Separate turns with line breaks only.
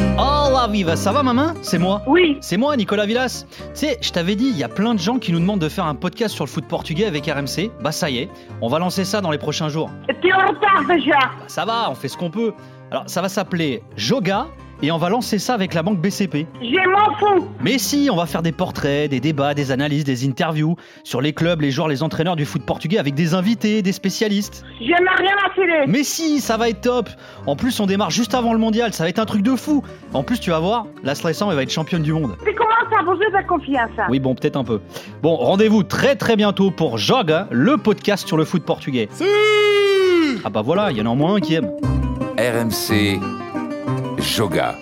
Nicolas Vivas. Oh, Ça va, maman C'est moi.
Oui,
C'est moi, Nicolas Villas. Tu sais, je t'avais dit, il y a plein de gens qui nous demandent de faire un podcast sur le foot portugais avec RMC. Bah, ça y est, on va lancer ça dans les prochains jours.
t'es en retard déjà.
Bah, ça va, on fait ce qu'on peut. Alors, ça va s'appeler Joga et on va lancer ça avec la banque BCP.
Je m'en fous.
Mais si, on va faire des portraits, des débats, des analyses, des interviews sur les clubs, les joueurs, les entraîneurs du foot portugais avec des invités, des spécialistes.
Je n'ai rien à filer.
Mais si, ça va être top En plus, on démarre juste avant le mondial, ça va être un truc de fou En plus, tu vas voir, la Slaysan, elle va être championne du monde.
Tu commences à abuser de confiance.
Oui, bon, peut-être un peu. Bon, rendez-vous très très bientôt pour Joga, le podcast sur le foot portugais. Ah bah voilà, il y en a au moins un qui aime.
RMC Joga.